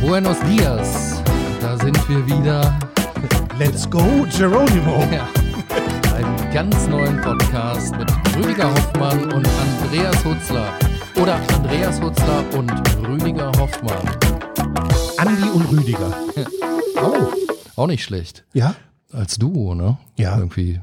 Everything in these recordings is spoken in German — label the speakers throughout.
Speaker 1: Buenos Dias. Da sind wir wieder.
Speaker 2: Let's go, Geronimo.
Speaker 1: Ja. Einen ganz neuen Podcast mit Rüdiger Hoffmann und Andreas Hutzler. Oder Andreas Hutzler und Rüdiger Hoffmann.
Speaker 2: Andi und Rüdiger. Oh,
Speaker 1: Auch nicht schlecht.
Speaker 2: ja.
Speaker 1: Als Duo, ne?
Speaker 2: Ja.
Speaker 1: Irgendwie.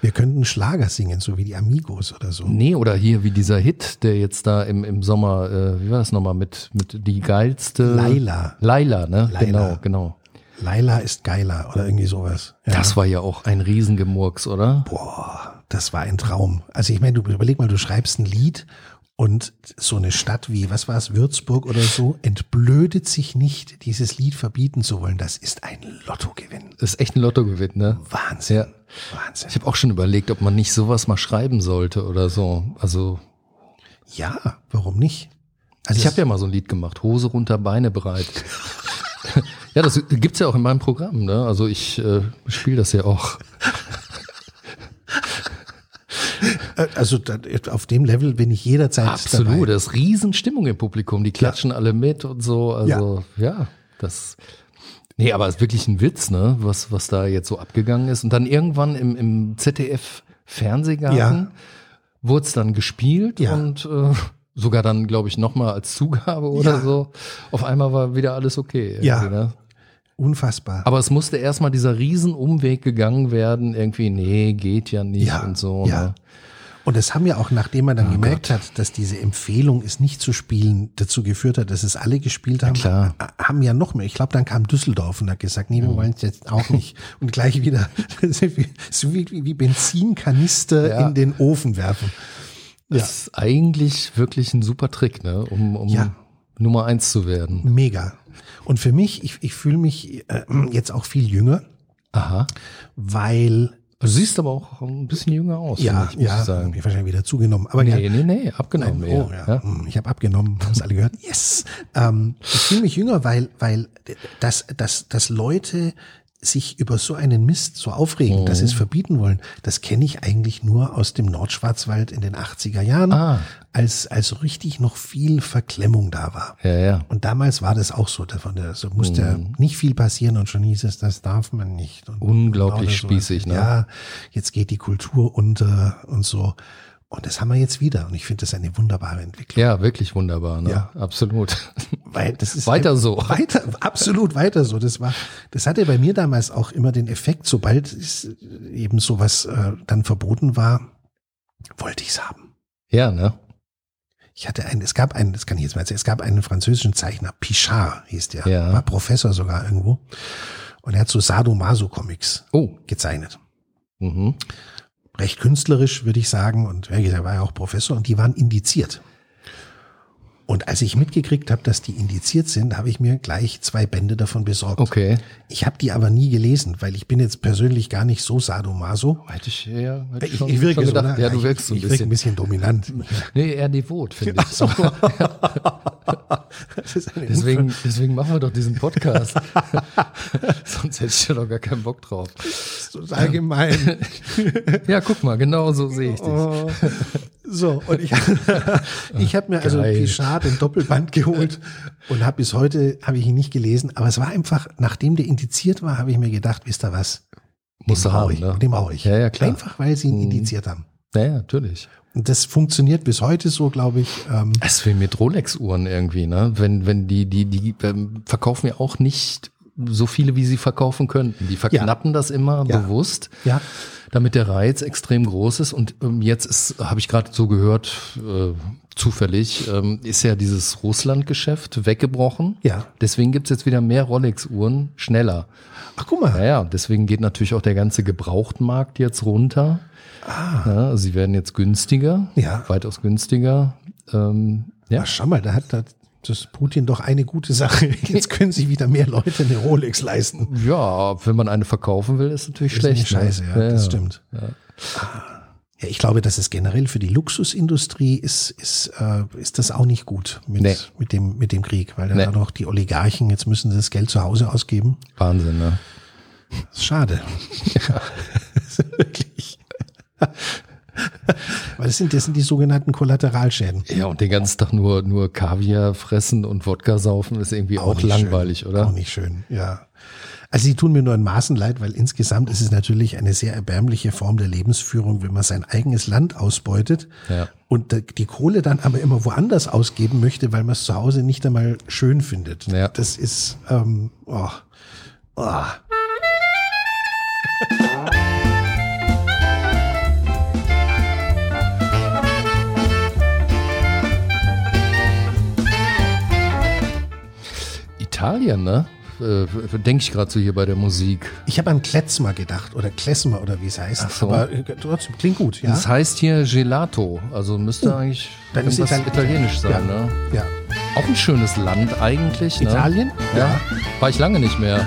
Speaker 2: Wir könnten Schlager singen, so wie die Amigos oder so.
Speaker 1: Nee, oder hier wie dieser Hit, der jetzt da im, im Sommer, äh, wie war das nochmal, mit, mit die geilste.
Speaker 2: Laila.
Speaker 1: Laila, ne?
Speaker 2: Laila.
Speaker 1: Genau, genau.
Speaker 2: Laila ist geiler oder irgendwie sowas. Ja.
Speaker 1: Das war ja auch ein Riesengemurks, oder?
Speaker 2: Boah, das war ein Traum. Also ich meine, du überleg mal, du schreibst ein Lied und so eine Stadt wie, was war es, Würzburg oder so, entblödet sich nicht, dieses Lied verbieten zu wollen. Das ist ein Lottogewinn.
Speaker 1: Ist echt ein Lottogewinn, ne?
Speaker 2: Wahnsinn.
Speaker 1: Ja.
Speaker 2: Wahnsinn.
Speaker 1: Ich habe auch schon überlegt, ob man nicht sowas mal schreiben sollte oder so. Also,
Speaker 2: Ja, warum nicht? Also
Speaker 1: ich habe ja mal so ein Lied gemacht, Hose runter, Beine breit. ja, das gibt's ja auch in meinem Programm, ne? Also ich äh, spiele das ja auch.
Speaker 2: Äh, Also da- auf dem Level bin ich jederzeit dabei.
Speaker 1: Absolut, das ist Riesenstimmung im Publikum, die klatschen alle mit und so. Also, ja, das. Nee, aber es ist wirklich ein Witz, ne? Was, was da jetzt so abgegangen ist. Und dann irgendwann im, im ZDF-Fernsehgarten
Speaker 2: Ja.
Speaker 1: wurde es dann gespielt
Speaker 2: Ja.
Speaker 1: und äh, sogar dann, glaube ich, nochmal als Zugabe oder
Speaker 2: Ja.
Speaker 1: so. Auf einmal war wieder alles okay. irgendwie,
Speaker 2: Ja.
Speaker 1: Ne?
Speaker 2: Unfassbar.
Speaker 1: Aber es musste erstmal dieser Riesenumweg gegangen werden. Irgendwie, nee, geht ja nicht
Speaker 2: Ja,
Speaker 1: und so.
Speaker 2: ja.
Speaker 1: Ne? Oh
Speaker 2: Und das haben ja auch, nachdem man dann gemerkt hat, dass diese Empfehlung, es nicht zu spielen, dazu geführt hat, dass es alle gespielt haben,
Speaker 1: klar. Mhm.
Speaker 2: äh, haben ja noch mehr. Ich glaube, dann kam Düsseldorf und hat gesagt, nee, wir wollen es jetzt auch nicht. Und gleich wieder, das ist wie- so wie, wie Benzinkanister
Speaker 1: Ja.
Speaker 2: in den Ofen werfen.
Speaker 1: Das ist eigentlich wirklich ein super Trick, ne? um, um
Speaker 2: Ja.
Speaker 1: Nummer eins zu werden.
Speaker 2: Mega. Und für mich, ich, ich fühle mich äh, jetzt auch viel jünger,
Speaker 1: Aha.
Speaker 2: weil,
Speaker 1: Du siehst aber auch ein bisschen jünger aus,
Speaker 2: ja,
Speaker 1: finde ich, muss
Speaker 2: ja,
Speaker 1: ich sagen.
Speaker 2: ich wahrscheinlich wieder zugenommen. Aber ja,
Speaker 1: Nee, nee, nee, abgenommen. eher,
Speaker 2: Oh, ja.
Speaker 1: ja.
Speaker 2: Hm, Ich habe abgenommen, haben es alle gehört. Yes. Ähm, ich fühle mich jünger, weil, weil dass, dass, dass Leute sich über so einen Mist so aufregen, dass sie es verbieten wollen, das kenne ich eigentlich nur aus dem Nordschwarzwald in den 80er Jahren,
Speaker 1: Ah.
Speaker 2: als, als richtig noch viel Verklemmung da war.
Speaker 1: Ja, ja.
Speaker 2: Und damals war das auch so, davon, so musste nicht viel passieren und schon hieß es, das darf man nicht. Und
Speaker 1: Unglaublich
Speaker 2: und lauter sowas.
Speaker 1: spießig, ne?
Speaker 2: Ja, jetzt geht die Kultur unter und so. Und das haben wir jetzt wieder. Und ich finde das eine wunderbare Entwicklung.
Speaker 1: Ja, wirklich wunderbar, ne?
Speaker 2: Ja.
Speaker 1: Absolut.
Speaker 2: Weil das ist
Speaker 1: Weiter
Speaker 2: ein-
Speaker 1: so.
Speaker 2: Weiter, absolut weiter so. Das war, das hatte bei mir damals auch immer den Effekt, sobald es eben sowas äh, dann verboten war, wollte ich es haben.
Speaker 1: Ja, ne?
Speaker 2: Ich hatte einen, es gab einen, das kann ich jetzt mal erzählen, es gab einen französischen Zeichner, Pichard hieß der,
Speaker 1: Ja.
Speaker 2: war Professor sogar irgendwo. Und er hat so Sadomaso-Comics
Speaker 1: Oh.
Speaker 2: gezeichnet.
Speaker 1: Mhm.
Speaker 2: Recht künstlerisch, würde ich sagen. Und ja, er war ja auch Professor und die waren indiziert. Und als ich mitgekriegt habe, dass die indiziert sind, habe ich mir gleich zwei Bände davon besorgt.
Speaker 1: Okay.
Speaker 2: Ich habe die aber nie gelesen, weil ich bin jetzt persönlich gar nicht so sadomaso.
Speaker 1: Hätte ich eher hätte
Speaker 2: Oh, Ich, ich wirke so, ne?
Speaker 1: ja, du wirkst so ein
Speaker 2: ich, ich wirke ein
Speaker 1: bisschen.
Speaker 2: bisschen dominant.
Speaker 1: Nee, eher devot, finde ich.
Speaker 2: Das ist eine
Speaker 1: Deswegen, deswegen machen wir doch diesen Podcast. Sonst hätte ich ja doch gar keinen Bock drauf.
Speaker 2: total gemein.
Speaker 1: Ja, guck mal, genau so sehe ich dich.
Speaker 2: Oh. So, und ich, ich habe mir also
Speaker 1: Geil.
Speaker 2: Pichard den Doppelband geholt und habe bis heute, habe ich ihn nicht gelesen, aber es war einfach, nachdem der indiziert war, habe ich mir gedacht, wisst ihr was,
Speaker 1: Musst du
Speaker 2: brauche
Speaker 1: haben,
Speaker 2: ich,
Speaker 1: ne?
Speaker 2: den brauche ich.
Speaker 1: Ja, ja, klar. Mhm.
Speaker 2: Einfach, weil sie ihn indiziert haben.
Speaker 1: Ja, ja, natürlich.
Speaker 2: Und das funktioniert bis heute so, glaube ich. Ähm,
Speaker 1: Es will mit Rolex-Uhren irgendwie, ne? Wenn, wenn die, die, die ähm, verkaufen ja auch nicht so viele, wie sie verkaufen könnten. Die verknappen das immer
Speaker 2: Ja.
Speaker 1: bewusst,
Speaker 2: ja,
Speaker 1: damit der Reiz extrem groß ist. Und ähm, jetzt ist, habe ich gerade so gehört, äh, zufällig, ähm, ist ja dieses Russland-Geschäft weggebrochen.
Speaker 2: ja.
Speaker 1: Deswegen gibt's jetzt wieder mehr Rolex-Uhren schneller.
Speaker 2: Ach, guck mal.
Speaker 1: Naja, deswegen geht natürlich auch der ganze Gebrauchtmarkt jetzt runter. Ja, sie werden jetzt günstiger,
Speaker 2: Ah. Ja.
Speaker 1: weitaus günstiger. Ähm, ja,
Speaker 2: Ja, schau mal, da hat da hat das Putin doch eine gute Sache. Jetzt können sich wieder mehr Leute eine Rolex leisten.
Speaker 1: Ja, wenn man eine verkaufen will, ist natürlich schlecht.
Speaker 2: Ist eine Scheiße,
Speaker 1: ne?
Speaker 2: ja, das stimmt. Ja. ich glaube, dass es generell für die Luxusindustrie ist, ist, äh, ist das auch nicht gut mit,
Speaker 1: Nee.
Speaker 2: mit, dem, mit dem Krieg, weil dann
Speaker 1: Nee.
Speaker 2: auch noch die Oligarchen, jetzt müssen sie das Geld zu Hause ausgeben.
Speaker 1: Wahnsinn, ne?
Speaker 2: Das ist schade. Wirklich. Weil das sind, das sind die sogenannten Kollateralschäden.
Speaker 1: Ja, und den ganzen Tag nur, nur Kaviar fressen und Wodka saufen ist irgendwie auch, auch langweilig,
Speaker 2: schön.
Speaker 1: oder?
Speaker 2: Auch nicht schön, ja. Also sie tun mir nur in Maßen leid, weil insgesamt ist es natürlich eine sehr erbärmliche Form der Lebensführung, wenn man sein eigenes Land ausbeutet
Speaker 1: Ja.
Speaker 2: und die Kohle dann aber immer woanders ausgeben möchte, weil man es zu Hause nicht einmal schön findet.
Speaker 1: Ja.
Speaker 2: Das ist ähm, oh, oh.
Speaker 1: Italien, ne? Denke ich gerade so hier bei der Musik.
Speaker 2: Ich habe an Kletzmer gedacht oder Klesmer oder wie es heißt.
Speaker 1: so.
Speaker 2: Aber äh, trotzdem klingt gut, ja. Hm.
Speaker 1: Das heißt hier Gelato, also müsste eigentlich
Speaker 2: dann ist
Speaker 1: irgendwas
Speaker 2: Italien-
Speaker 1: italienisch sein,
Speaker 2: ja.
Speaker 1: ne?
Speaker 2: ja.
Speaker 1: Auch ein schönes Land eigentlich. Ne?
Speaker 2: Italien?
Speaker 1: Ja. War ich lange nicht mehr.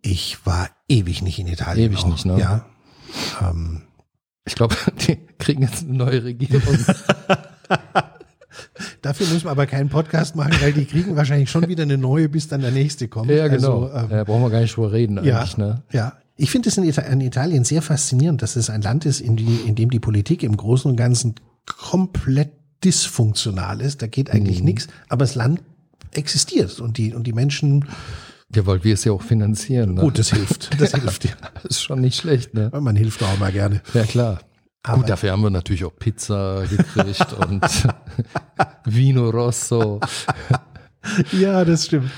Speaker 2: Ich war ewig nicht in Italien.
Speaker 1: Ewig
Speaker 2: auch.
Speaker 1: nicht, ne?
Speaker 2: Ja. Ähm,
Speaker 1: Ich glaube, die kriegen jetzt eine neue Regierung.
Speaker 2: dafür muss man aber keinen Podcast machen, weil die kriegen wahrscheinlich schon wieder eine neue, bis dann der nächste kommt.
Speaker 1: ja, genau.
Speaker 2: Also, ähm,
Speaker 1: ja, brauchen wir gar nicht drüber reden
Speaker 2: Ja.
Speaker 1: eigentlich, ne?
Speaker 2: Ja. Ich finde es in, Ita in Italien sehr faszinierend, dass es ein Land ist, in, die, in dem die Politik im Großen und Ganzen komplett dysfunktional ist. Da geht eigentlich nichts, aber das Land existiert und die, und die Menschen,
Speaker 1: Ja, weil wir es ja auch finanzieren, ne?
Speaker 2: gut, das hilft. Das hilft ja.
Speaker 1: Das ist schon nicht schlecht, ne?
Speaker 2: Man hilft auch mal gerne.
Speaker 1: Ja, klar.
Speaker 2: Aber-
Speaker 1: Gut, dafür haben wir natürlich auch Pizza gekriegt und Vino Rosso.
Speaker 2: Ja, das stimmt.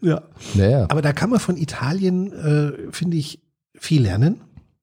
Speaker 2: Ja.
Speaker 1: Naja,
Speaker 2: Aber da kann man von Italien, äh, finde ich, viel lernen.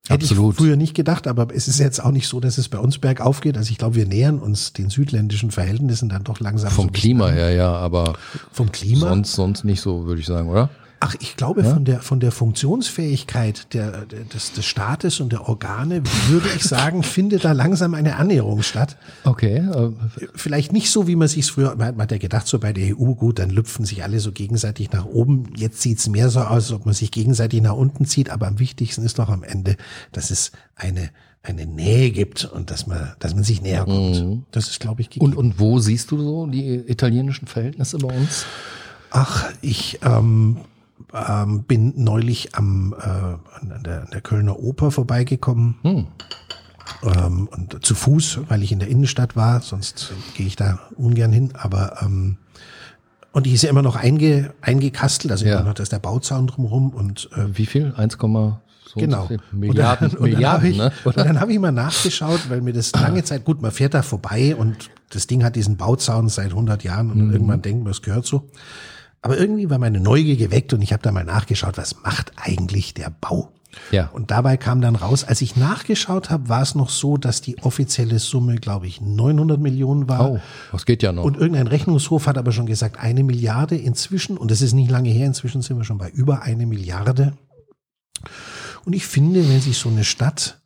Speaker 2: Hätte
Speaker 1: Absolut.
Speaker 2: ich früher nicht gedacht, aber es ist jetzt auch nicht so, dass es bei uns bergauf geht. Also ich glaube, wir nähern uns den südländischen Verhältnissen dann doch langsam. so
Speaker 1: vom
Speaker 2: ein bisschen
Speaker 1: Klima her, ja, aber
Speaker 2: an. Vom Klima.
Speaker 1: sonst, sonst nicht so, würde ich sagen, oder?
Speaker 2: Ach, ich glaube, von der, von der Funktionsfähigkeit der, der, des, des Staates und der Organe würde ich sagen, findet da langsam eine Annäherung statt.
Speaker 1: Okay, äh,
Speaker 2: Vielleicht nicht so, wie man sich früher, man hat, man hat ja gedacht, so bei der EU, gut, dann lüpfen sich alle so gegenseitig nach oben. Jetzt sieht's mehr so aus, als ob man sich gegenseitig nach unten zieht. Aber am wichtigsten ist doch am Ende, dass es eine, eine Nähe gibt und dass man, dass man sich näher kommt. Das ist, glaube ich, gegeben.
Speaker 1: und, und wo siehst du so die italienischen Verhältnisse bei uns?
Speaker 2: Ach, ich ähm, ähm, bin neulich am, äh, an, der, an der Kölner Oper vorbeigekommen. Ähm, und zu Fuß, weil ich in der Innenstadt war, sonst gehe ich da ungern hin. Aber ähm, und die ist ja immer noch einge, eingekastelt, also
Speaker 1: Ja.
Speaker 2: immer noch, da ist der Bauzaun drumherum und äh,
Speaker 1: Wie viel? 1, so und so
Speaker 2: Genau.
Speaker 1: viel Um Milliarden,
Speaker 2: und dann, und
Speaker 1: Milliarden,
Speaker 2: dann
Speaker 1: ne?
Speaker 2: habe ich, und
Speaker 1: Oder?
Speaker 2: dann habe ich mal nachgeschaut, weil mir das lange Zeit, gut, man fährt da vorbei und das Ding hat diesen Bauzaun seit 100 Jahren
Speaker 1: Mhm.
Speaker 2: und irgendwann denkt man, es gehört so. Aber irgendwie war meine Neugier geweckt und ich habe da mal nachgeschaut, was macht eigentlich der Bau?
Speaker 1: Ja.
Speaker 2: Und dabei kam dann raus, als ich nachgeschaut habe, war es noch so, dass die offizielle Summe, glaube ich, 900 Millionen war.
Speaker 1: Oh, das geht ja noch.
Speaker 2: Und irgendein Rechnungshof hat aber schon gesagt, eine Milliarde inzwischen, und das ist nicht lange her, inzwischen sind wir schon bei über eine Milliarde. Und ich finde, wenn sich so eine Stadt,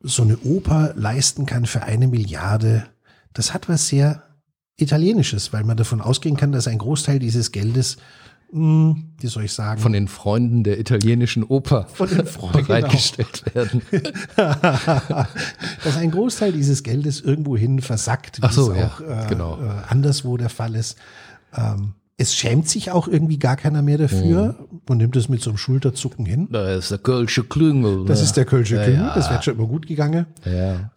Speaker 2: so eine Oper leisten kann für eine Milliarde, das hat was sehr Italienisches, weil man davon ausgehen kann, dass ein Großteil dieses Geldes, mh, wie soll ich sagen,
Speaker 1: von den Freunden der italienischen Oper
Speaker 2: Von den Freunden,
Speaker 1: bereitgestellt werden.
Speaker 2: dass ein Großteil dieses Geldes irgendwohin versackt, wie
Speaker 1: Ach so,
Speaker 2: es
Speaker 1: ja,
Speaker 2: auch äh,
Speaker 1: genau.
Speaker 2: äh, anderswo der Fall ist. Ähm, es schämt sich auch irgendwie gar keiner mehr dafür
Speaker 1: Mhm.
Speaker 2: und nimmt es mit so einem Schulterzucken hin.
Speaker 1: Da ist der Kölsche Klüngel. Ne?
Speaker 2: Das ist der Kölsche Kühl,
Speaker 1: ja.
Speaker 2: das wäre schon immer gut gegangen.
Speaker 1: ja.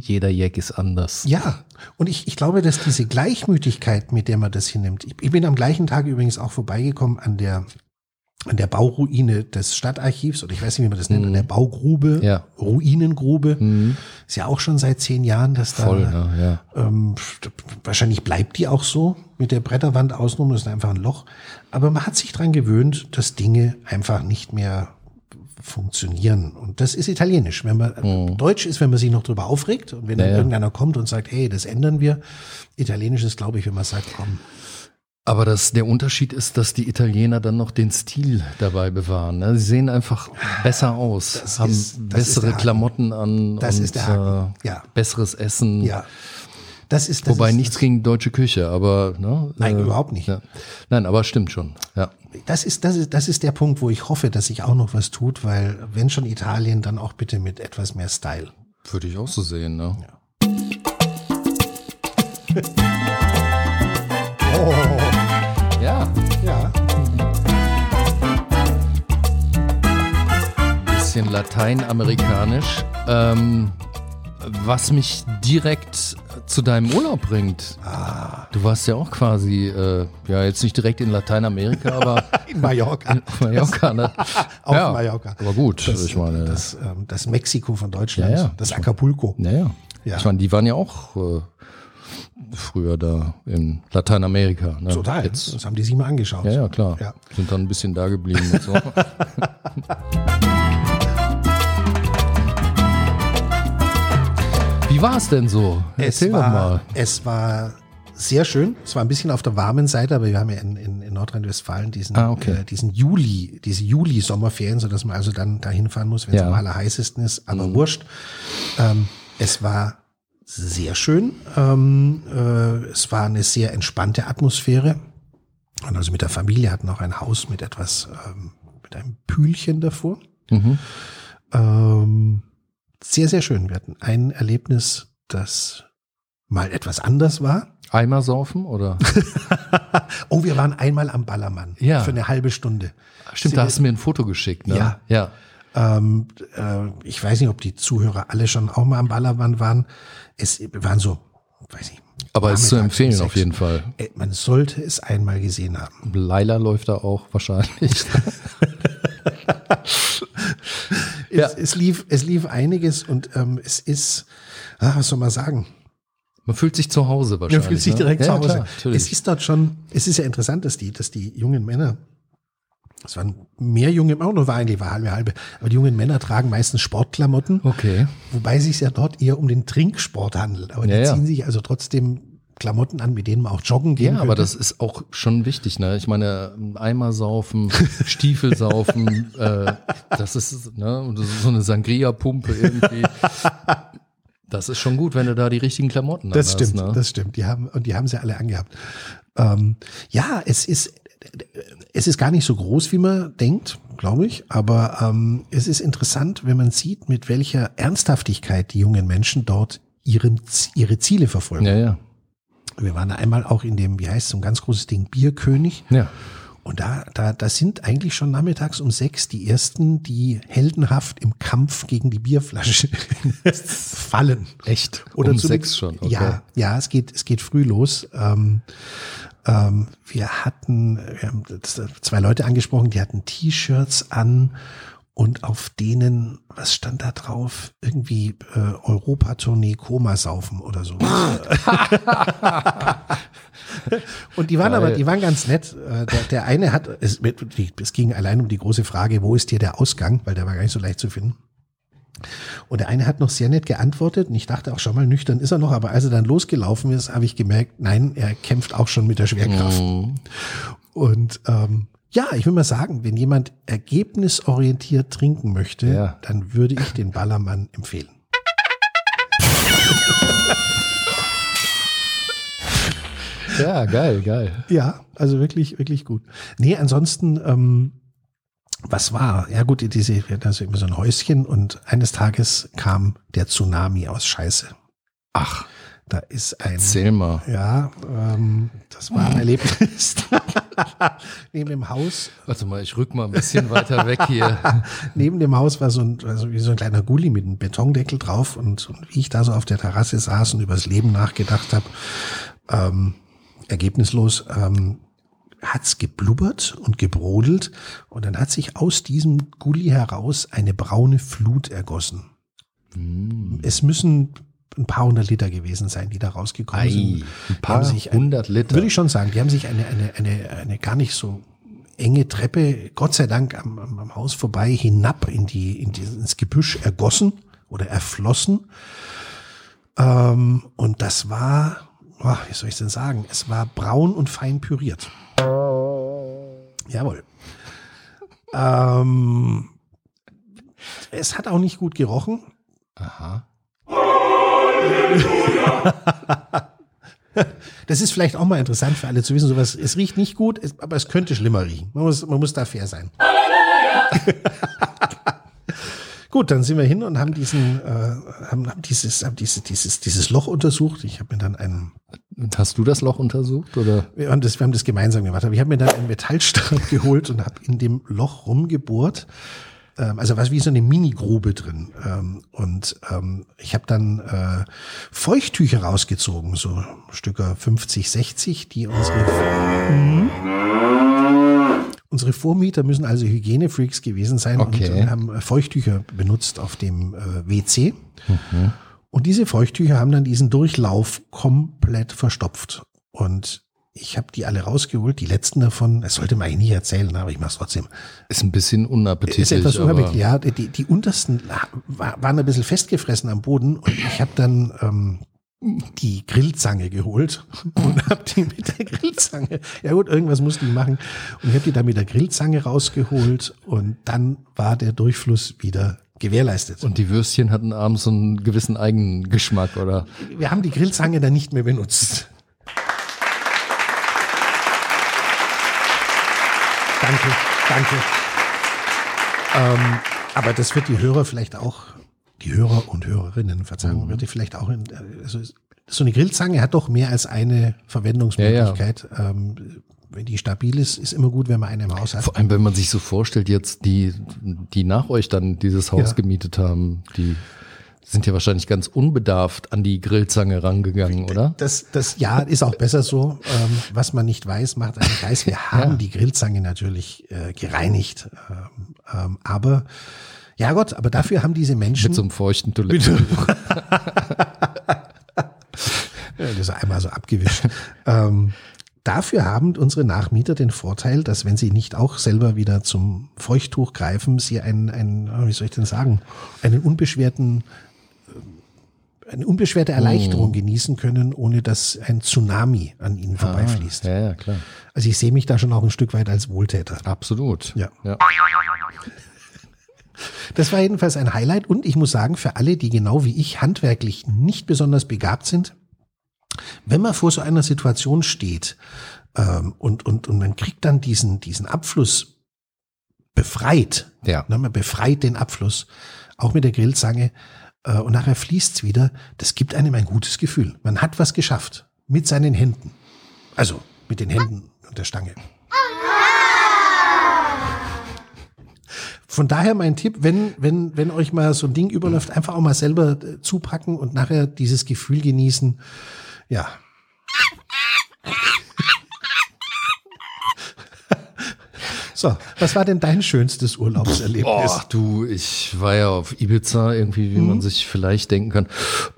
Speaker 1: Jeder Jack ist anders.
Speaker 2: Ähm, Ja, und ich, ich glaube, dass diese Gleichmütigkeit, mit der man das hinnimmt, ich, ich bin am gleichen Tag übrigens auch vorbeigekommen an der, an der Bauruine des Stadtarchivs, oder ich weiß nicht, wie man das nennt, an der Baugrube,
Speaker 1: Mhm. Ja. Mhm.
Speaker 2: Ruinengrube. Ist ja auch schon seit zehn Jahren, dass da
Speaker 1: Voll, ne? ja.
Speaker 2: Ähm, wahrscheinlich bleibt die auch so mit der Bretterwand außenrum, das ist einfach ein Loch. Aber man hat sich dran gewöhnt, dass Dinge einfach nicht mehr funktionieren. Und das ist italienisch. Wenn man
Speaker 1: Mhm.
Speaker 2: Deutsch ist, wenn man sich noch drüber aufregt und wenn dann
Speaker 1: Naja.
Speaker 2: irgendeiner kommt und sagt, hey, das ändern wir. Italienisch ist, glaube ich, wenn man sagt, komm.
Speaker 1: Aber das, der Unterschied ist, dass die Italiener dann noch den Stil dabei bewahren. Ne? Sie sehen einfach besser aus,
Speaker 2: Das
Speaker 1: haben
Speaker 2: ist- das ist der
Speaker 1: bessere
Speaker 2: Haken.
Speaker 1: Klamotten an
Speaker 2: Das
Speaker 1: und
Speaker 2: ist der Haken,
Speaker 1: Äh,
Speaker 2: ja.
Speaker 1: besseres Essen.
Speaker 2: Ja. Das ist das
Speaker 1: Wobei
Speaker 2: ist,
Speaker 1: nichts gegen deutsche Küche, aber ne,
Speaker 2: Nein, überhaupt nicht.
Speaker 1: Ja. Nein, aber stimmt schon. Ja.
Speaker 2: das ist, das ist, das ist der Punkt, wo ich hoffe, dass sich auch noch was tut, weil wenn schon Italien, dann auch bitte mit etwas mehr Style.
Speaker 1: Würde ich auch so sehen, ne? Ja.
Speaker 2: ja.
Speaker 1: Ein bisschen lateinamerikanisch. Ähm, was mich direkt zu deinem Urlaub bringt.
Speaker 2: Ah,
Speaker 1: Du warst ja auch quasi, äh, ja, jetzt nicht direkt in Lateinamerika, aber
Speaker 2: in Mallorca.
Speaker 1: auf Mallorca. Ne?
Speaker 2: Auf
Speaker 1: ja,
Speaker 2: Mallorca.
Speaker 1: Aber gut,
Speaker 2: Das,
Speaker 1: ich meine.
Speaker 2: das, ähm, das Mexiko von Deutschland,
Speaker 1: Ja, ja.
Speaker 2: das Acapulco.
Speaker 1: Naja.
Speaker 2: Ja.
Speaker 1: Ich meine, die waren ja auch äh, früher da in Lateinamerika. Ne?
Speaker 2: Total.
Speaker 1: Jetzt,
Speaker 2: Das haben die sich mal angeschaut.
Speaker 1: ja, ja, klar.
Speaker 2: Ja.
Speaker 1: Sind dann ein bisschen da geblieben und so. Wie war es denn so?
Speaker 2: Es
Speaker 1: Erzähl doch
Speaker 2: war,
Speaker 1: mal.
Speaker 2: Es war sehr schön. Es war ein bisschen auf der warmen Seite, aber wir haben ja in, in, in Nordrhein-Westfalen diesen,
Speaker 1: Ah, okay.
Speaker 2: äh, diesen Juli, diese Juli-Sommerferien, sodass man also dann dahin fahren muss, wenn es
Speaker 1: Ja. Mhm.
Speaker 2: am allerheißesten ist, aber wurscht. Ähm, es war sehr schön. Ähm, äh, es war eine sehr entspannte Atmosphäre. Und also mit der Familie hatten auch ein Haus mit etwas, ähm, mit einem Pühlchen davor.
Speaker 1: Mhm.
Speaker 2: Ähm, sehr, sehr schön. Wir hatten ein Erlebnis, das mal etwas anders war.
Speaker 1: Eimer saufen oder?
Speaker 2: Oh, wir waren einmal am Ballermann
Speaker 1: Ja.
Speaker 2: für eine halbe Stunde.
Speaker 1: Stimmt, da hast du mir ein Foto geschickt, ne?
Speaker 2: Ja.
Speaker 1: Ja.
Speaker 2: Ähm, äh, ich weiß nicht, ob die Zuhörer alle schon auch mal am Ballermann waren. Es waren so, weiß nicht.
Speaker 1: Aber es ist zu
Speaker 2: nachmittags um
Speaker 1: empfehlen
Speaker 2: sechs.
Speaker 1: auf jeden Fall.
Speaker 2: Äh, Man sollte es einmal gesehen haben.
Speaker 1: Laila läuft da auch wahrscheinlich.
Speaker 2: Es, es, lief, es lief einiges und ähm, es ist, ah, was soll man sagen?
Speaker 1: Man fühlt sich zu Hause
Speaker 2: Man
Speaker 1: wahrscheinlich.
Speaker 2: fühlt sich
Speaker 1: ne?
Speaker 2: direkt
Speaker 1: ja,
Speaker 2: zu Hause.
Speaker 1: Klar, natürlich.
Speaker 2: es ist dort schon, es ist ja interessant, dass die, dass die jungen Männer, es waren mehr junge, auch nur war eigentlich war halbe halbe, aber die jungen Männer tragen meistens Sportklamotten,
Speaker 1: okay.
Speaker 2: wobei sich ja dort eher um den Trinksport handelt. Aber die
Speaker 1: Ja, ja.
Speaker 2: ziehen sich also trotzdem Klamotten an, mit denen man auch joggen gehen
Speaker 1: Ja, aber
Speaker 2: könnte.
Speaker 1: das ist auch schon wichtig, ne? Ich meine, Eimer saufen, Stiefel saufen, äh, das ist, ne, und das ist so eine Sangria-Pumpe irgendwie. Das ist schon gut, wenn du da die richtigen Klamotten an
Speaker 2: Das
Speaker 1: hast,
Speaker 2: stimmt,
Speaker 1: ne?
Speaker 2: das stimmt. Die haben, und die haben sie alle angehabt. Ähm, ja, es ist, es ist gar nicht so groß, wie man denkt, glaube ich. Aber ähm, es ist interessant, wenn man sieht, mit welcher Ernsthaftigkeit die jungen Menschen dort ihren, Z- ihre Ziele verfolgen.
Speaker 1: ja, ja.
Speaker 2: Wir waren da einmal auch in dem, wie heißt so ein ganz großes Ding, Bierkönig.
Speaker 1: Ja.
Speaker 2: Und da, da, da sind eigentlich schon nachmittags um sechs die ersten, die heldenhaft im Kampf gegen die Bierflasche fallen.
Speaker 1: Echt?
Speaker 2: Oder
Speaker 1: um
Speaker 2: zu-
Speaker 1: sechs schon, okay.
Speaker 2: Ja, ja, es geht, es geht früh los. Ähm, ähm, wir hatten, wir haben das- äh, zwei Leute angesprochen, die hatten T-Shirts an und auf denen, was stand da drauf? Irgendwie äh, Europatournee Koma saufen oder so. und die waren
Speaker 1: Geil.
Speaker 2: aber, die waren ganz nett. Äh, der, der eine hat, es, es ging allein um die große Frage, wo ist hier der Ausgang? Weil der war gar nicht so leicht zu finden. Und der eine hat noch sehr nett geantwortet und ich dachte auch schon mal, nüchtern ist er noch, aber als er dann losgelaufen ist, habe ich gemerkt, nein, er kämpft auch schon mit der Schwerkraft.
Speaker 1: Mhm.
Speaker 2: Und ähm, ja, ich will mal sagen, wenn jemand ergebnisorientiert trinken möchte,
Speaker 1: Ja.
Speaker 2: dann würde ich den Ballermann empfehlen.
Speaker 1: Ja, geil, geil.
Speaker 2: Ja, also wirklich, wirklich gut. Nee, ansonsten, ähm, was war? Ja gut, diese, wir hatten also immer so ein Häuschen und eines Tages kam der Tsunami aus Scheiße.
Speaker 1: Ach,
Speaker 2: Da ist ein...
Speaker 1: erzähl mal.
Speaker 2: Ja, ähm, das war ein Erlebnis. neben dem Haus,
Speaker 1: Warte mal, ich rück mal ein bisschen weiter weg hier.
Speaker 2: neben dem Haus war so ein, also wie so ein kleiner Gully mit einem Betondeckel drauf und, und wie ich da so auf der Terrasse saß und übers Leben nachgedacht habe, ähm, ergebnislos, ähm, hat's geblubbert und gebrodelt und dann hat sich aus diesem Gully heraus eine braune Flut ergossen. Es müssen ein paar hundert Liter gewesen sein, die da rausgekommen
Speaker 1: Ei,
Speaker 2: sind.
Speaker 1: ein paar
Speaker 2: Haben sich ein-
Speaker 1: hundert Liter.
Speaker 2: Würde ich schon sagen. Die haben sich eine, eine, eine, eine gar nicht so enge Treppe, Gott sei Dank, am, am, am Haus vorbei hinab in die, in die, ins Gebüsch ergossen oder erflossen. Ähm, und das war, boah, wie soll ich denn sagen? Es war braun und fein püriert. Jawohl. Ähm, es hat auch nicht gut gerochen.
Speaker 1: Aha.
Speaker 2: Das ist vielleicht auch mal interessant für alle zu wissen, sowas, es riecht nicht gut, es, aber es könnte schlimmer riechen. Man muss, man muss da fair sein. gut, dann sind wir hin und haben diesen, äh, haben, haben dieses, haben dieses, dieses, dieses Loch untersucht. Ich habe mir dann einen,
Speaker 1: Und Hast du das Loch untersucht oder?
Speaker 2: wir haben das, wir haben das gemeinsam gemacht, aber ich habe mir dann einen Metallstab geholt und habe in dem Loch rumgebohrt. ähm, also was wie so eine Mini-Grube drin. Ähm, und ähm, ich habe dann äh, Feuchttücher rausgezogen, so Stücke 50, 60, die unsere Mhm. Unsere Vormieter müssen also Hygienefreaks gewesen sein
Speaker 1: Okay.
Speaker 2: und äh, haben Feuchttücher benutzt auf dem äh, WC. Und diese Feuchttücher haben dann diesen Durchlauf komplett verstopft. Und ich habe die alle rausgeholt, die letzten davon, das sollte man eigentlich nicht erzählen, aber ich mache es trotzdem.
Speaker 1: Ist ein bisschen unappetitlich.
Speaker 2: Ist etwas
Speaker 1: aber-
Speaker 2: unheimlich. Ja, die, die- die untersten la- wa- waren ein bisschen festgefressen am Boden und ich habe dann ähm, die Grillzange geholt und habe die mit der Grillzange, ja gut, irgendwas musste ich machen und ich habe die dann mit der Grillzange rausgeholt und dann war der Durchfluss wieder gewährleistet. Und
Speaker 1: Und die Würstchen hatten abends so einen gewissen eigenen Geschmack, oder?
Speaker 2: wir haben die Grillzange dann nicht mehr benutzt. Danke, danke. Ähm, aber das wird die Hörer vielleicht auch, die Hörer und Hörerinnen, Verzeihung, wird die vielleicht auch in, also so eine Grillzange hat doch mehr als eine Verwendungsmöglichkeit. Ähm, wenn die stabil ist, ist immer gut, wenn man eine im Haus hat.
Speaker 1: Vor allem, wenn man sich so vorstellt, jetzt die, die nach euch dann dieses Haus
Speaker 2: Ja.
Speaker 1: gemietet haben, die sind ja wahrscheinlich ganz unbedarft an die Grillzange rangegangen, oder?
Speaker 2: Das, das ja, ist auch besser so. Ähm, was man nicht weiß, macht einen Geist. Wir haben die Grillzange natürlich äh, gereinigt. Ähm, ähm, aber ja Gott, aber dafür haben diese Menschen
Speaker 1: Mit so einem feuchten Toilettentuch.
Speaker 2: Ja, das ist einmal so abgewischt. ähm, dafür haben unsere Nachmieter den Vorteil, dass wenn sie nicht auch selber wieder zum Feuchttuch greifen, sie einen, einen oh, wie soll ich denn sagen, einen unbeschwerten äh, eine unbeschwerte
Speaker 1: Oh.
Speaker 2: Erleichterung genießen können, ohne dass ein Tsunami an ihnen vorbeifließt.
Speaker 1: Ah, Ja, ja, klar.
Speaker 2: Also ich sehe mich da schon auch ein Stück weit als Wohltäter.
Speaker 1: Absolut.
Speaker 2: Ja.
Speaker 1: ja.
Speaker 2: Das war jedenfalls ein Highlight und ich muss sagen, für alle, die genau wie ich handwerklich nicht besonders begabt sind, wenn man vor so einer Situation steht ähm, und, und, und man kriegt dann diesen, diesen Abfluss befreit,
Speaker 1: Ja.
Speaker 2: ne, man befreit den Abfluss, auch mit der Grillzange, äh, und nachher fließt's wieder, das gibt einem ein gutes Gefühl. Man hat was geschafft mit seinen Händen. Also mit den Händen und der Stange. Von daher mein Tipp, wenn, wenn, wenn euch mal so ein Ding überläuft, einfach auch mal selber äh, zupacken und nachher dieses Gefühl genießen. Ja. So, was war denn dein schönstes Urlaubserlebnis?
Speaker 1: Boah, Mhm. du, ich war ja auf Ibiza irgendwie, wie man sich vielleicht denken kann.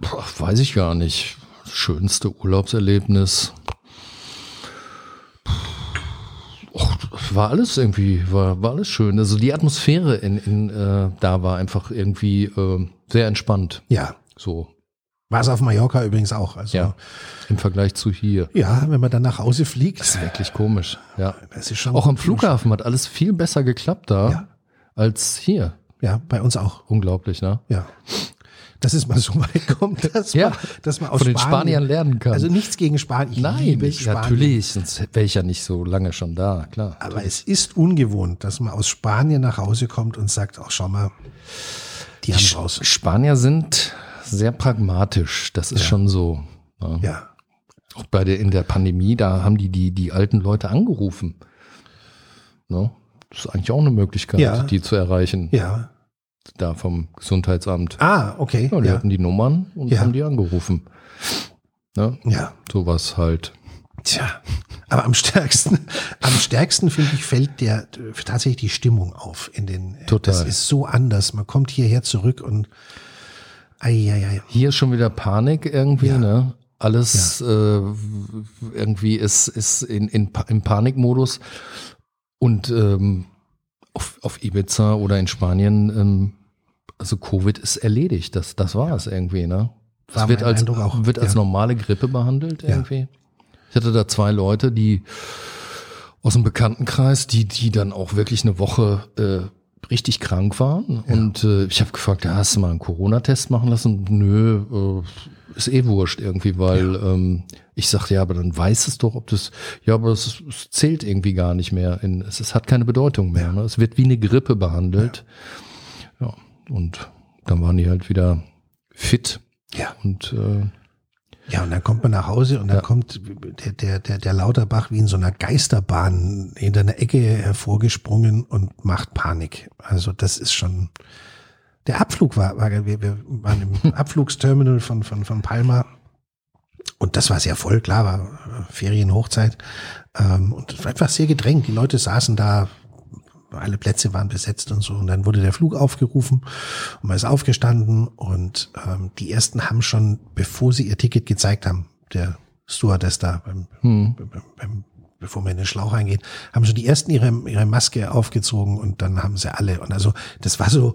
Speaker 1: Boah, weiß ich gar nicht. Schönste Urlaubserlebnis. Och, war alles irgendwie, war, war alles schön. Also die Atmosphäre in, in äh, da war einfach irgendwie äh, sehr entspannt.
Speaker 2: Ja,
Speaker 1: So,
Speaker 2: war es auf Mallorca übrigens auch. Also,
Speaker 1: ja. Im Vergleich zu hier.
Speaker 2: ja, wenn man dann nach Hause fliegt,
Speaker 1: Wirklich komisch. Ja.
Speaker 2: das ist schon
Speaker 1: Auch am Flughafen hat alles viel besser geklappt da als hier.
Speaker 2: Ja, bei uns auch.
Speaker 1: Unglaublich, ne?
Speaker 2: Ja. Dass es mal so weit kommt, dass,
Speaker 1: Ja,
Speaker 2: man, dass man aus
Speaker 1: von den
Speaker 2: Spanien,
Speaker 1: Spaniern lernen kann.
Speaker 2: Also nichts gegen Spanien. Ich
Speaker 1: Nein,
Speaker 2: liebe
Speaker 1: ich,
Speaker 2: Spanien.
Speaker 1: natürlich, sonst wäre ich ja nicht so lange schon da, klar.
Speaker 2: Aber es ist ungewohnt, dass man aus Spanien nach Hause kommt und sagt, ach schau mal, die haben raus.
Speaker 1: Spanier sind sehr pragmatisch, das ist schon so. Ja.
Speaker 2: Ja.
Speaker 1: Auch bei der, in der Pandemie, da haben die die, die alten Leute angerufen. Ne? Das ist eigentlich auch eine Möglichkeit,
Speaker 2: Ja.
Speaker 1: die zu erreichen,
Speaker 2: Ja.
Speaker 1: da vom Gesundheitsamt.
Speaker 2: Ah, okay.
Speaker 1: Ja, die
Speaker 2: Ja.
Speaker 1: hatten die Nummern und
Speaker 2: Ja.
Speaker 1: haben die angerufen. Ne?
Speaker 2: ja.
Speaker 1: Sowas halt.
Speaker 2: Tja. Aber am stärksten, am stärksten finde ich, fällt der äh, tatsächlich die Stimmung auf in den. äh,
Speaker 1: Total.
Speaker 2: Das ist so anders. Man kommt hierher zurück und ei, ei, ei.
Speaker 1: Hier schon wieder Panik irgendwie,
Speaker 2: Ja.
Speaker 1: ne? Alles äh, w- irgendwie ist, ist in, in, Pa- im Panikmodus. Und ähm, auf, auf Ibiza oder in Spanien, ähm, also Covid ist erledigt. Das, das war es irgendwie, ne?
Speaker 2: War
Speaker 1: Das wird
Speaker 2: mein
Speaker 1: als,
Speaker 2: Eindruck auch,
Speaker 1: wird als
Speaker 2: ja.
Speaker 1: normale Grippe behandelt irgendwie. Ich hatte da zwei Leute, die aus dem Bekanntenkreis, die, die dann auch wirklich eine Woche äh, richtig krank waren. Und äh, ich habe gefragt, ja, hast du mal einen Corona-Test machen lassen? Nö, äh, ist eh wurscht irgendwie, weil ähm, ich sagte, ja, aber dann weiß es doch, ob das, ja, aber es, ist- es zählt irgendwie gar nicht mehr. In, es, es hat keine Bedeutung mehr. Ne? Es wird wie eine Grippe behandelt. Ja. und dann waren die halt wieder fit
Speaker 2: Ja.
Speaker 1: und äh,
Speaker 2: Ja, und dann kommt man nach Hause und dann
Speaker 1: Ja.
Speaker 2: kommt der, der, der, der Lauterbach wie in so einer Geisterbahn hinter einer Ecke hervorgesprungen und macht Panik. Also das ist schon. Der Abflug war, war wir, wir waren im Abflugsterminal von, von, von Palma. Und das war sehr voll, klar, war äh, Ferienhochzeit. Ähm, und es war einfach sehr gedrängt. Die Leute saßen da, alle Plätze waren besetzt und so. Und dann wurde der Flug aufgerufen und man ist aufgestanden. Und ähm, die ersten haben schon, bevor sie ihr Ticket gezeigt haben, der Stewardess da beim,
Speaker 1: Hm.
Speaker 2: beim, beim, bevor man in den Schlauch reingeht, haben schon die ersten ihre, ihre Maske aufgezogen und dann haben sie alle. Und also das war so,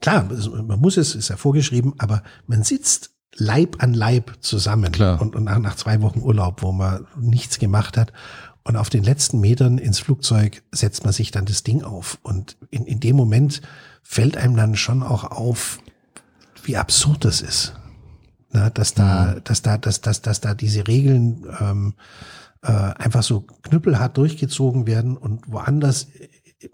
Speaker 2: klar, es- man muss es, ist ja vorgeschrieben, aber man sitzt Leib an Leib zusammen.
Speaker 1: Klar.
Speaker 2: Und, und nach, nach zwei Wochen Urlaub, wo man nichts gemacht hat. Und auf den letzten Metern ins Flugzeug setzt man sich dann das Ding auf. Und in, in dem Moment fällt einem dann schon auch auf, wie absurd das ist. Na, dass da, dass da, dass, dass, dass da diese Regeln ähm, äh, einfach so knüppelhart durchgezogen werden und woanders,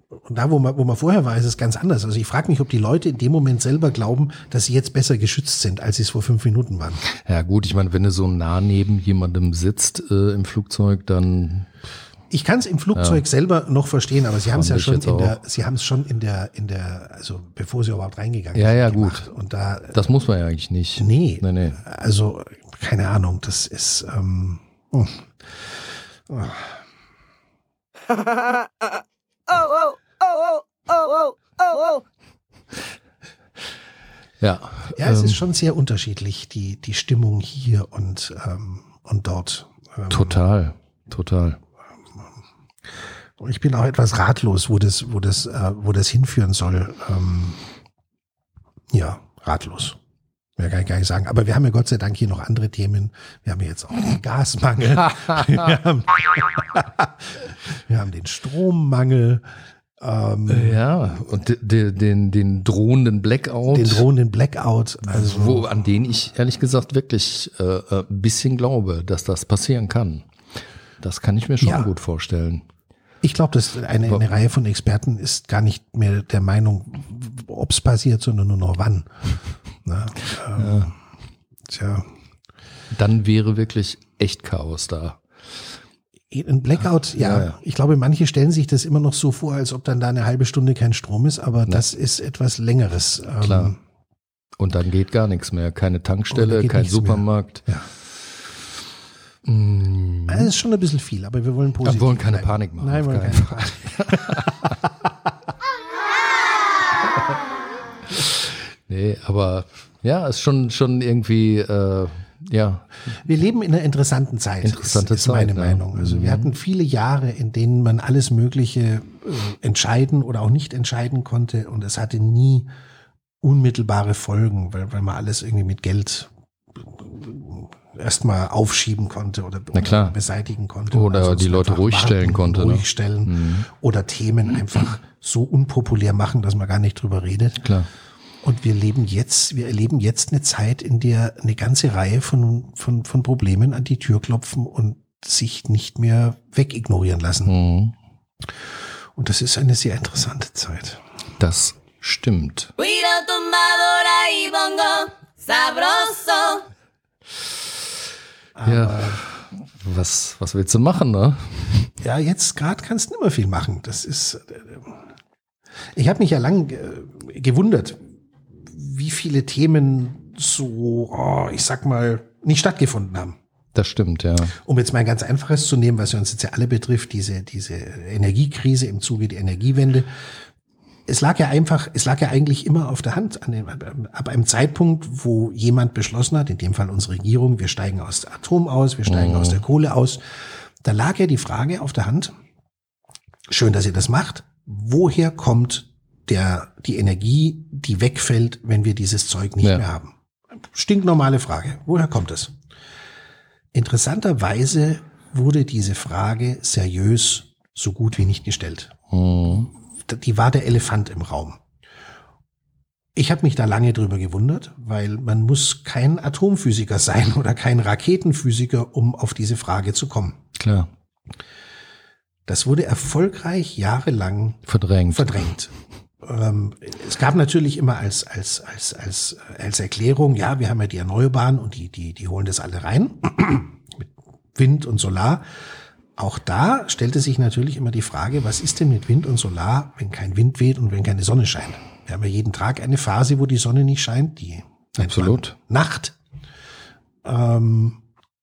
Speaker 2: und da, wo man, wo man vorher war, ist es ganz anders. Also ich frage mich, ob die Leute in dem Moment selber glauben, dass sie jetzt besser geschützt sind, als sie es vor fünf Minuten waren.
Speaker 1: Ja gut, ich meine, wenn du so nah neben jemandem sitzt äh, im Flugzeug, dann
Speaker 2: Ich kann es im Flugzeug selber noch verstehen, aber sie haben es ja
Speaker 1: ich
Speaker 2: schon
Speaker 1: jetzt
Speaker 2: in der, sie haben es schon in der, in der, also bevor sie überhaupt reingegangen
Speaker 1: Ja,
Speaker 2: sind,
Speaker 1: ja,
Speaker 2: gemacht. Und da,
Speaker 1: das muss man ja eigentlich nicht.
Speaker 2: nee,
Speaker 1: Nee, nee.
Speaker 2: also keine Ahnung, das ist, ähm,
Speaker 3: oh, oh, oh, oh, oh, oh, oh.
Speaker 1: Ja.
Speaker 2: Ja, es
Speaker 1: Ähm.
Speaker 2: ist schon sehr unterschiedlich, die, die Stimmung hier und, ähm, und dort. Ähm,
Speaker 1: Total, total.
Speaker 2: ich bin auch etwas ratlos, wo das, wo das, äh, wo das hinführen soll. Ähm, ja, ratlos. Mehr kann ich gar nicht sagen. Aber wir haben ja Gott sei Dank hier noch andere Themen. Wir haben ja jetzt auch den Gasmangel. wir, haben, wir haben den Strommangel, ähm,
Speaker 1: Äh, Ja, und de- de- den, den drohenden Blackout,
Speaker 2: den drohenden Blackout. Also,
Speaker 1: wo, an den ich ehrlich gesagt wirklich äh, äh, ein bisschen glaube, dass das passieren kann. Das kann ich mir schon
Speaker 2: Ja.
Speaker 1: gut vorstellen.
Speaker 2: Ich glaube, dass eine, eine Reihe von Experten ist gar nicht mehr der Meinung, ob es passiert, sondern nur noch wann. Na, ähm, Tja.
Speaker 1: Dann wäre wirklich echt Chaos da.
Speaker 2: Ein Blackout, ja,
Speaker 1: Ja, ja.
Speaker 2: Ich glaube, manche stellen sich das immer noch so vor, als ob dann da eine halbe Stunde kein Strom ist, aber das ist etwas Längeres. Ähm,
Speaker 1: Klar. Und dann geht gar nichts mehr. Keine
Speaker 2: Oh, da
Speaker 1: Tankstelle,
Speaker 2: geht
Speaker 1: kein
Speaker 2: nichts mehr.
Speaker 1: Supermarkt.
Speaker 2: Ja.
Speaker 1: Mm,
Speaker 2: Das ähm, ist schon ein bisschen viel, aber wir wollen positiv.
Speaker 1: wir wollen keine
Speaker 2: bleiben.
Speaker 1: Panik machen.
Speaker 2: Nein,
Speaker 1: auf
Speaker 2: wir wollen
Speaker 1: keinen
Speaker 2: keine Panik.
Speaker 1: Nee, aber ja, ist schon, schon irgendwie, äh, ja,
Speaker 2: Wir leben in einer interessanten Zeit.
Speaker 1: Interessante
Speaker 2: ist, ist meine
Speaker 1: Zeit, ja. Mhm.
Speaker 2: Meinung. Also wir hatten viele Jahre, in denen man alles Mögliche äh, entscheiden oder auch nicht entscheiden konnte und es hatte nie unmittelbare Folgen, weil, weil man alles irgendwie mit Geld äh, erstmal aufschieben konnte oder,
Speaker 1: Na klar.
Speaker 2: oder beseitigen konnte.
Speaker 1: Oder
Speaker 2: Also
Speaker 1: die
Speaker 2: es
Speaker 1: Leute
Speaker 2: einfach
Speaker 1: ruhig stellen konnte, ne?
Speaker 2: Ruhig stellen oder Themen einfach so unpopulär machen, dass man gar nicht drüber redet.
Speaker 1: klar.
Speaker 2: Und wir leben jetzt, wir erleben jetzt eine Zeit, in der eine ganze Reihe von, von, von Problemen an die Tür klopfen und sich nicht mehr wegignorieren lassen.
Speaker 1: Mhm.
Speaker 2: Und das ist eine sehr interessante Zeit.
Speaker 1: Das stimmt.
Speaker 3: Cuida tumbadora y bongo, sabroso.
Speaker 1: ja. Was, was willst du machen, ne?
Speaker 2: Ja, jetzt gerade kannst du nicht mehr viel machen. Das ist. äh, Ich habe mich ja lang äh, gewundert, wie viele Themen so, oh, ich sag mal, nicht stattgefunden haben.
Speaker 1: Das stimmt, ja.
Speaker 2: um jetzt mal ein ganz einfaches zu nehmen, was uns jetzt ja alle betrifft, diese, diese Energiekrise im Zuge der Energiewende. Es lag ja einfach, es lag ja eigentlich immer auf der Hand an dem, ab einem Zeitpunkt, wo jemand beschlossen hat, in dem Fall unsere Regierung, wir steigen aus Atom aus, wir steigen aus der Kohle aus. Da lag ja die Frage auf der Hand, schön, dass ihr das macht, woher kommt der, die Energie, die wegfällt, wenn wir dieses Zeug nicht
Speaker 1: Ja.
Speaker 2: mehr haben? Stinknormale Frage. Woher kommt es? Interessanterweise wurde diese Frage seriös so gut wie nicht gestellt.
Speaker 1: Mhm.
Speaker 2: Die war der Elefant im Raum. Ich habe mich da lange drüber gewundert, weil man muss kein Atomphysiker sein oder kein Raketenphysiker, um auf diese Frage zu kommen.
Speaker 1: Klar.
Speaker 2: Das wurde erfolgreich jahrelang
Speaker 1: Verdrängt.
Speaker 2: verdrängt. ähm, es gab natürlich immer als, als, als, als, äh, als Erklärung, ja, wir haben ja die Erneuerbaren und die, die, die holen das alle rein mit Wind und Solar. Auch da stellte sich natürlich immer die Frage, was ist denn mit Wind und Solar, wenn kein Wind weht und wenn keine Sonne scheint? Wir haben ja jeden Tag eine Phase, wo die Sonne nicht scheint, die
Speaker 1: Absolut.
Speaker 2: Nacht. Ähm,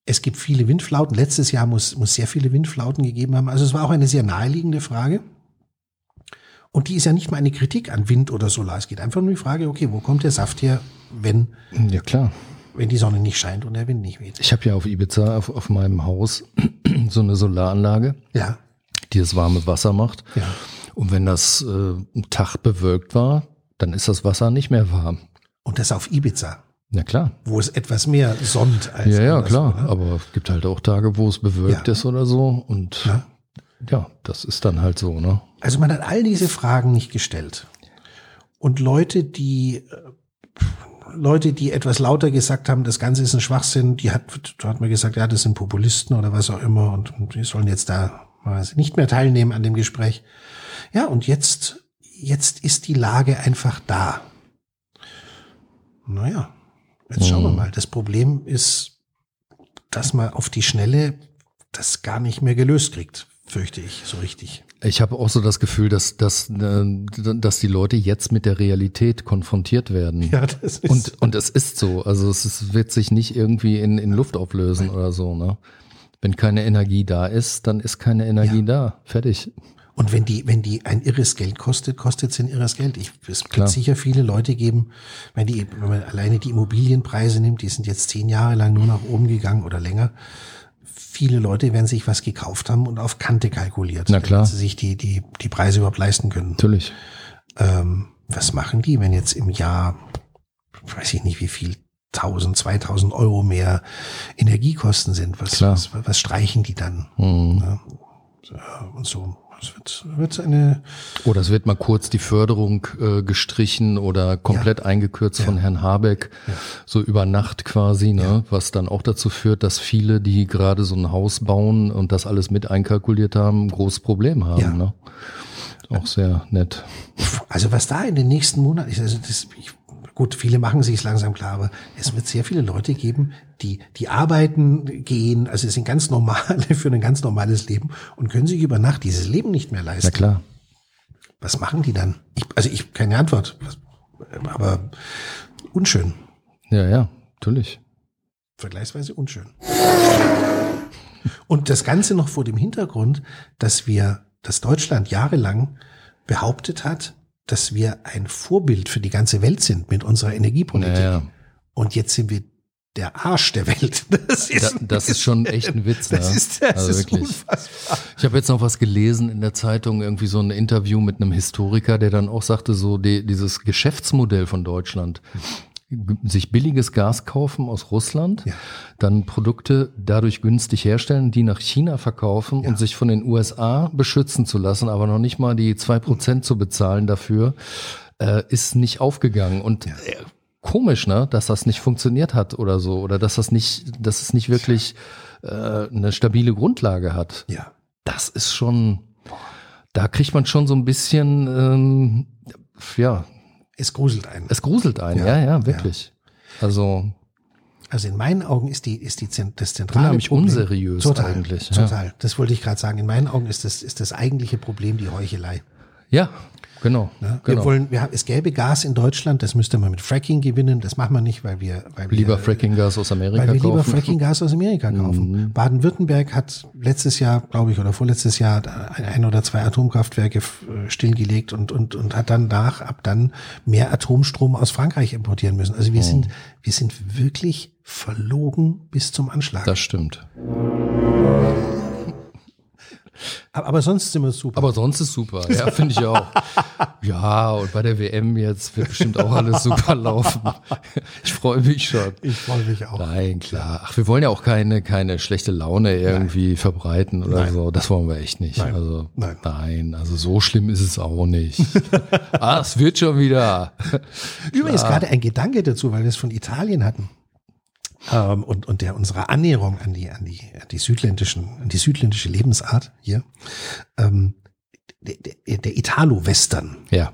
Speaker 2: es gibt viele Windflauten. Letztes Jahr muss, muss sehr viele Windflauten gegeben haben. Also es war auch eine sehr naheliegende Frage. Und die ist ja nicht mal eine Kritik an Wind oder Solar. Es geht einfach nur um die Frage, okay, wo kommt der Saft her, wenn,
Speaker 1: Ja, klar.
Speaker 2: wenn die Sonne nicht scheint und der Wind nicht weht?
Speaker 1: Ich habe ja auf Ibiza, auf, auf meinem Haus, so eine Solaranlage,
Speaker 2: Ja,
Speaker 1: die das warme Wasser macht.
Speaker 2: ja.
Speaker 1: Und wenn das äh, ein Tag bewölkt war, dann ist das Wasser nicht mehr warm.
Speaker 2: Und das auf Ibiza,
Speaker 1: Na klar.
Speaker 2: wo es etwas mehr sonnt als
Speaker 1: Ja, ja,
Speaker 2: anderswo,
Speaker 1: klar.
Speaker 2: ne?
Speaker 1: Aber es gibt halt auch Tage, wo es bewölkt
Speaker 2: Ja.
Speaker 1: ist oder so. Und ja.
Speaker 2: Ja.
Speaker 1: das ist dann halt so, ne?
Speaker 2: Also man hat all diese Fragen nicht gestellt. Und Leute, die äh, Leute, die etwas lauter gesagt haben, das Ganze ist ein Schwachsinn, die hat, da hat man gesagt, ja, das sind Populisten oder was auch immer und die sollen jetzt da weiß ich, nicht mehr teilnehmen an dem Gespräch. Ja, und jetzt, jetzt ist die Lage einfach da. Naja, jetzt schauen wir
Speaker 1: Mhm.
Speaker 2: mal. Das Problem ist, dass man auf die Schnelle das gar nicht mehr gelöst kriegt, fürchte ich, so richtig.
Speaker 1: Ich habe auch so das Gefühl, dass, dass, äh, dass die Leute jetzt mit der Realität konfrontiert werden.
Speaker 2: Ja, das ist.
Speaker 1: Und, und es ist so. Also es ist, wird sich nicht irgendwie in, in Luft auflösen oder so, ne? Wenn keine Energie da ist, dann ist keine Energie da. Fertig.
Speaker 2: Und wenn die, wenn die ein irres Geld kostet, kostet sie ein irres Geld. Ich, es wird
Speaker 1: Klar.
Speaker 2: sicher viele Leute geben, wenn, die, wenn man alleine die Immobilienpreise nimmt, die sind jetzt zehn Jahre lang nur nach oben gegangen oder länger. Viele Leute werden sich was gekauft haben und auf Kante kalkuliert,
Speaker 1: Na klar.
Speaker 2: damit sie sich die, die, die Preise überhaupt leisten können.
Speaker 1: Natürlich.
Speaker 2: Ähm, was machen die, wenn jetzt im Jahr, weiß ich nicht wie viel, 1000, 2000 Euro mehr Energiekosten sind? Was,
Speaker 1: Klar.
Speaker 2: was, was streichen die dann?
Speaker 1: Mhm.
Speaker 2: Und so. Es wird, wird eine,
Speaker 1: Oder es wird mal kurz die Förderung äh, gestrichen oder komplett eingekürzt von Herrn Habeck, so über Nacht quasi, ne? was dann auch dazu führt, dass viele, die gerade so ein Haus bauen und das alles mit einkalkuliert haben, ein großes Problem haben.
Speaker 2: Ja.
Speaker 1: Ne? Auch sehr nett.
Speaker 2: Also was da in den nächsten Monaten ist, also das, ich, gut, viele machen sich langsam klar, aber es wird sehr viele Leute geben, die, die arbeiten gehen, also es sind ganz normale für ein ganz normales Leben und können sich über Nacht dieses Leben nicht mehr
Speaker 1: Na
Speaker 2: leisten.
Speaker 1: klar.
Speaker 2: Was machen die dann? Ich, also ich keine Antwort, Was- aber unschön,
Speaker 1: Ja, ja, natürlich.
Speaker 2: vergleichsweise unschön. Und das Ganze noch vor dem Hintergrund, dass wir, dass Deutschland jahrelang behauptet hat, dass wir ein Vorbild für die ganze Welt sind mit unserer Energiepolitik.
Speaker 1: Naja,
Speaker 2: Und jetzt sind wir der Arsch der Welt. Das
Speaker 1: da,
Speaker 2: ist,
Speaker 1: das ist schon echt ein Witz.
Speaker 2: das
Speaker 1: ne?
Speaker 2: ist, das
Speaker 1: Also
Speaker 2: ist
Speaker 1: wirklich.
Speaker 2: unfassbar.
Speaker 1: Ich habe jetzt noch was gelesen in der Zeitung, irgendwie so ein Interview mit einem Historiker, der dann auch sagte, so die, dieses Geschäftsmodell von Deutschland, g- sich billiges Gas kaufen aus Russland,
Speaker 2: Ja.
Speaker 1: dann Produkte dadurch günstig herstellen, die nach China verkaufen und sich von den USA beschützen zu lassen, aber noch nicht mal die 2% zu bezahlen dafür, äh, ist nicht aufgegangen. Und äh, komisch, ne, dass das nicht funktioniert hat oder so, oder dass das nicht, dass es nicht wirklich äh, eine stabile Grundlage hat
Speaker 2: Ja.
Speaker 1: das ist schon, da kriegt man schon so ein bisschen, ähm, ja,
Speaker 2: Es gruselt einen.
Speaker 1: es gruselt einen, ja,
Speaker 2: Ja,
Speaker 1: ja, wirklich. Also,
Speaker 2: Also in meinen Augen ist die, ist die, Zent- das zentrale
Speaker 1: Unheimlich
Speaker 2: Problem.
Speaker 1: unseriös
Speaker 2: total,
Speaker 1: eigentlich, ja.
Speaker 2: Total. Das wollte ich gerade sagen. In meinen Augen ist das, ist das eigentliche Problem die Heuchelei.
Speaker 1: ja, genau.
Speaker 2: Ne? Wir
Speaker 1: genau.
Speaker 2: wollen, wir haben, es gäbe Gas in Deutschland, das müsste man mit Fracking gewinnen. Das machen wir nicht, weil wir, weil wir,
Speaker 1: lieber Fracking-Gas aus Amerika
Speaker 2: Weil wir lieber
Speaker 1: kaufen. Mhm.
Speaker 2: Fracking-Gas aus Amerika kaufen. Baden-Württemberg hat letztes Jahr, glaube ich, oder vorletztes Jahr ein- ein oder zwei Atomkraftwerke f- äh, stillgelegt und, und, und hat dann nach, ab dann mehr Atomstrom aus Frankreich importieren müssen. Also
Speaker 1: Oh.
Speaker 2: wir sind, wir sind wirklich verlogen bis zum Anschlag.
Speaker 1: das stimmt.
Speaker 2: Aber, aber sonst sind wir super.
Speaker 1: Aber sonst ist super, ja, finde ich auch. Ja, und bei der WM jetzt wird bestimmt auch alles super laufen. Ich freue mich schon.
Speaker 2: ich freue mich auch.
Speaker 1: Nein, klar. Ach, wir wollen ja auch keine, keine schlechte Laune irgendwie verbreiten oder
Speaker 2: Nein.
Speaker 1: so. Das wollen wir echt nicht.
Speaker 2: Nein.
Speaker 1: Also,
Speaker 2: Nein.
Speaker 1: nein, also so schlimm ist es auch nicht. ah, es wird schon wieder.
Speaker 2: Übrigens gerade ein Gedanke dazu, weil wir es von Italien hatten. Ähm, und, und der unserer Annäherung an die, an die, an die südländischen, an die südländische Lebensart hier. Ähm, der, der, der Italo-Western.
Speaker 1: Ja,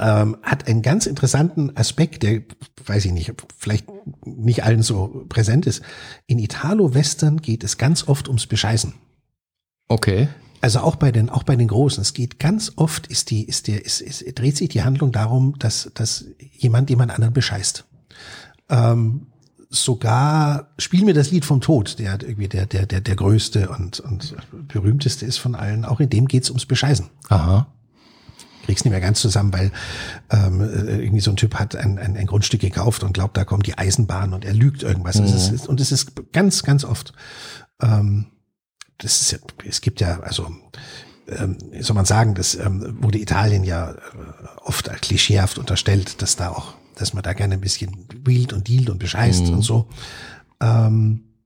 Speaker 2: ähm, hat einen ganz interessanten Aspekt, der, weiß ich nicht, vielleicht nicht allen so präsent ist. In Italo-Western geht es ganz oft ums Bescheißen.
Speaker 1: Okay.
Speaker 2: Also auch bei den, auch bei den Großen. Es geht ganz oft, ist die, ist der, ist, ist, dreht sich die Handlung darum, dass, dass jemand jemand anderen bescheißt. Ähm, sogar spiel mir das Lied vom Tod, der irgendwie der der der der größte und und berühmteste ist von allen. Auch in dem geht's ums Bescheißen.
Speaker 1: Aha.
Speaker 2: Krieg's nicht mehr ganz zusammen, weil ähm, irgendwie so ein Typ hat ein, ein, ein Grundstück gekauft und glaubt, da kommt die Eisenbahn und er lügt irgendwas. Und, es ist, und es ist ganz ganz oft. Ähm, das ist, ja- es gibt ja also ähm, wie soll man sagen, das ähm, wurde Italien ja äh, oft als klischeehaft unterstellt, dass da auch, dass man da gerne ein bisschen wild und dealt und bescheißt und so. Ähm,